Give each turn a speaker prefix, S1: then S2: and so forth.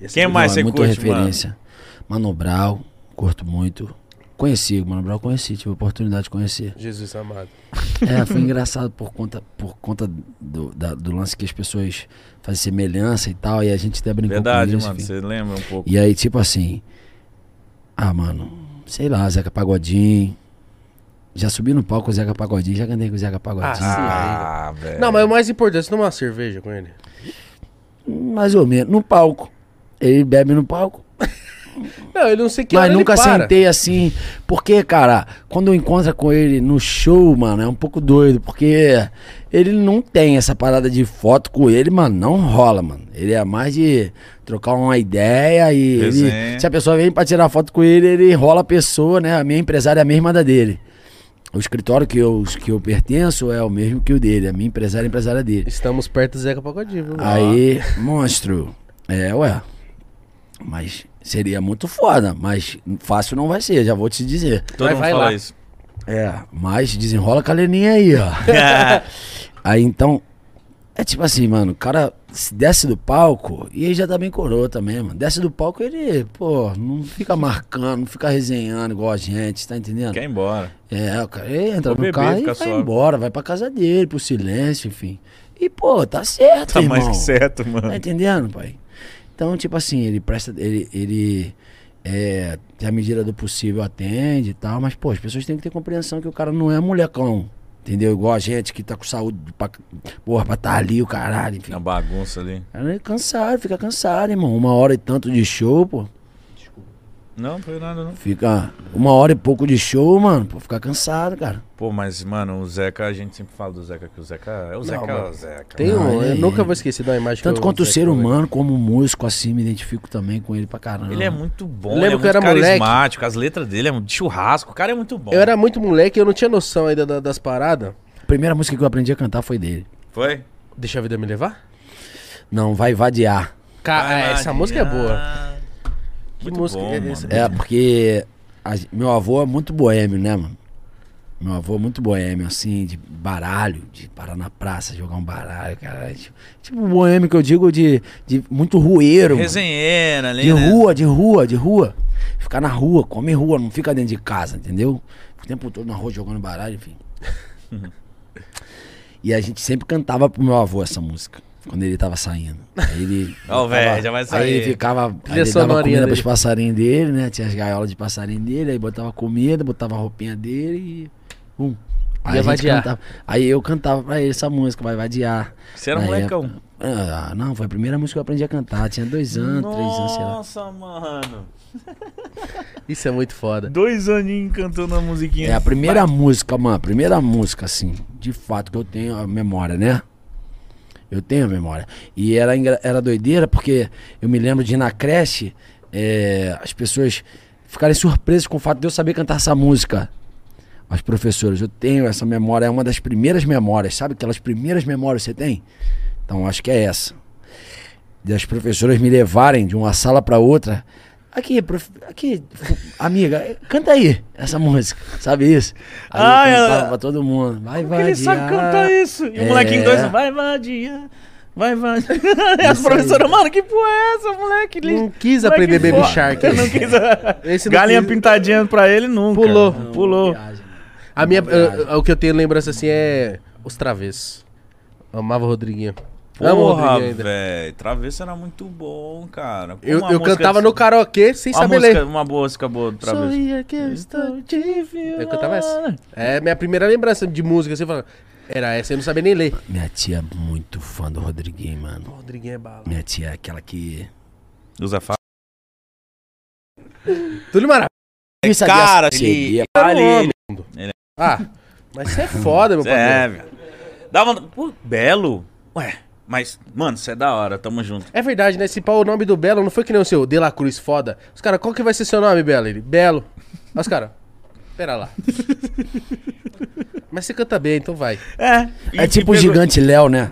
S1: Esse
S2: Quem
S1: livro
S2: mais Ah,
S1: é
S2: você
S1: muito
S2: curte,
S1: referência. Mano? Brau, curto muito. Conheci, o Mano Brau conheci, tive a oportunidade de conhecer.
S3: Jesus amado.
S1: É, foi engraçado por conta, por conta do, da- do lance que as pessoas fazem semelhança e tal, e a gente até brincou
S2: Verdade,
S1: com Um isso.
S2: mano.
S1: enfim.
S2: Você lembra um pouco.
S1: E aí, tipo assim, ah, mano, sei lá, Zeca Pagodinho. Já subi no palco com o Zeca Pagodinho, já cantei com o Zeca Pagodinho.
S3: Ah,
S2: Ah, velho.
S3: Não, mas o mais importante, é você tomar uma cerveja com ele.
S1: Mais ou menos, no palco. Ele bebe no palco,
S3: Não, ele não sei que
S1: mas
S3: hora
S1: nunca
S3: ele para.
S1: sentei assim. Porque, cara, quando eu encontro com ele no show, mano, é um pouco doido. Porque ele não tem essa parada de foto com ele, mano. Não rola, mano. Ele é mais de trocar uma ideia e. ele-
S2: Resenha.
S1: se a pessoa vem pra tirar foto com ele, ele rola a pessoa, né? A minha empresária é a mesma da dele. O escritório que eu, que eu pertenço é o mesmo que o dele. A minha empresária é a empresária dele.
S3: Estamos perto do Zeca Pagodinho, viu?
S1: Aí, monstro. É, ué. Mas seria muito foda, mas fácil não vai ser, já vou te dizer.
S2: Todo
S3: Vai-
S2: mundo
S3: vai
S2: fala
S3: lá.
S2: isso.
S1: É, mas desenrola com a Leninha aí, ó. aí então, é tipo assim, mano, o cara se desce do palco e ele já tá bem coroa também, mano. Desce do palco ele, pô, não fica marcando, não fica resenhando igual a gente, tá entendendo?
S2: Quer ir embora.
S1: É, o cara entra
S2: Vou
S1: no
S2: beber,
S1: carro e
S2: ficar
S1: vai
S2: só.
S1: embora, vai pra casa dele, pro silêncio, enfim. E, pô, tá certo,
S2: Tá
S1: irmão.
S2: mais que certo,
S1: Tá
S2: mano.
S1: entendendo, pai? Então, tipo assim, ele presta. Ele. ele é, tem a medida do possível atende e tal, mas, pô, as pessoas têm que ter compreensão que o cara não é molecão. Entendeu? Igual a gente que tá com saúde pra, porra, pra tá ali, o caralho, enfim.
S2: Na bagunça ali.
S1: O cara é cansado, fica cansado, irmão. Uma hora e tanto de show, pô.
S2: Não, não foi nada, não.
S1: Fica uma hora e pouco de show, mano. Pô, fica cansado, cara.
S2: Pô, mas, mano, o Zeca, a gente sempre fala do Zeca, que o Zeca é o Zeca. é o
S3: mano.
S2: Zeca.
S3: Tem
S1: Não,
S3: um, eu
S1: ele-
S3: nunca vou esquecer da imagem
S1: Tanto
S3: que eu-
S1: quanto o
S3: Zeca
S1: ser
S3: Pagodinho.
S1: humano, como músico, assim, me identifico também com ele pra caramba.
S2: Ele é muito bom,
S3: Lembro
S2: ele é
S3: que eu
S2: muito
S3: era moleque.
S2: carismático, as letras dele é de churrasco, o cara é muito bom.
S3: Eu era muito moleque, eu não tinha noção ainda da- das paradas.
S1: A primeira música que eu aprendi a cantar foi dele.
S2: Foi?
S3: Deixa a vida me levar?
S1: Não, vai vadiar.
S3: Cara,
S2: Vai
S3: essa
S2: lá,
S3: música é
S2: dia.
S3: boa.
S2: Muito
S3: Que música
S2: bom,
S3: é
S2: mano.
S3: essa?
S1: É, porque a gen- meu avô é muito boêmio, né, mano? Meu avô é muito boêmio, assim, de baralho, de parar na praça, jogar um baralho, cara. Tipo, tipo boêmio que eu digo de, de muito rueiro, mano.
S2: Resenheira ali,
S1: De
S2: né?
S1: rua, de rua, de rua. Ficar na rua, come rua, não fica dentro de casa, entendeu? Fica O tempo todo na rua jogando baralho, enfim. e a gente sempre cantava pro meu avô essa música. Quando ele tava saindo. Aí ele.
S2: Ó, o
S1: ficava-
S2: velho, já vai sair.
S1: Aí ele ficava. Aí
S3: Trilha
S1: ele dava
S3: sonorinha
S1: comida
S3: dele.
S1: pros passarinhos dele, né? Tinha as gaiolas de passarinho dele, aí botava comida, botava a roupinha dele e. Um. Aí,
S3: Ia
S1: a gente
S3: vadiar.
S1: cantava. aí eu cantava pra ele essa música, vai vadiar.
S2: Você era
S1: Na
S2: molecão.
S1: época- Ah, não, foi a primeira música que eu aprendi a cantar. Tinha dois anos, três anos, sei lá.
S2: Nossa, mano.
S3: Isso é muito foda.
S2: Dois aninhos cantando a musiquinha.
S1: É a primeira música, mano, a primeira música, assim, de fato, que eu tenho a memória, né? Eu tenho a memória. E era, engra- era doideira, porque eu me lembro de ir na creche, é, as pessoas ficarem surpresas com o fato de eu saber cantar essa música. As professoras, eu tenho essa memória, é uma das primeiras memórias, sabe? Aquelas primeiras memórias que você tem? Então, acho que é essa. De as professoras me levarem de uma sala para outra. Aqui, prof... aqui, fu- amiga, canta aí essa música, sabe isso? Aí
S2: Ah,
S1: eu cantava
S2: ela-
S1: pra todo mundo. Vai,
S2: Como
S1: vai,
S2: que ele sabe cantar isso? E o
S1: É.
S2: molequinho dois, vai vadia, vai vadia. E as
S1: Isso
S2: professoras,
S1: aí.
S2: mano, que porra é essa, moleque? Ele-
S3: Não quis
S2: moleque
S3: aprender Baby
S2: foda.
S3: Shark.
S2: Eu não quis.
S3: Esse não
S2: Galinha
S3: quis.
S2: pintadinha pra ele nunca.
S3: Pulou.
S2: pulou.
S3: A minha,
S1: Viagem.
S3: eu- o que eu tenho lembrança assim é Os Travês. Eu Amava o Rodriguinho. Amo o
S2: Porra,
S3: Rodriguinho ainda.
S2: velho. Travessa era muito bom, cara. Pô,
S3: Eu,
S2: uma
S3: eu
S2: música-
S3: cantava no karaokê sem
S2: uma
S3: saber
S2: música,
S3: ler.
S2: uma música boa do Travessa.
S3: Sorria que eu estou te vendo. Eu cantava
S2: cantava
S3: essa.
S2: essa.
S3: É minha primeira lembrança de música. Você falando, era essa, eu não sabia nem ler.
S1: Minha tia é muito fã do Rodriguinho, mano.
S3: O Rodriguinho é bala.
S1: Minha tia é aquela que.
S2: Usa fa...
S3: Túlio Maravilha.
S1: Ele sabia
S2: É Cara,
S1: CD,
S2: ele-
S1: pá,
S2: Ele-
S3: Ah, mas você é foda, um meu
S2: É,
S3: padrinho.
S2: velho. Dá uma... Pô, Belo? Ué, mas, mano, você é da hora, tamo junto.
S3: É verdade, né? Se pau o nome do Belo não foi que nem o seu, De La Cruz, foda. Os caras, qual que vai ser seu nome, Belo? Ele, Belo. Aí Os caras, pera lá. Mas você canta bem, então vai.
S2: É.
S3: tipo
S1: É tipo o gigante Léo, né?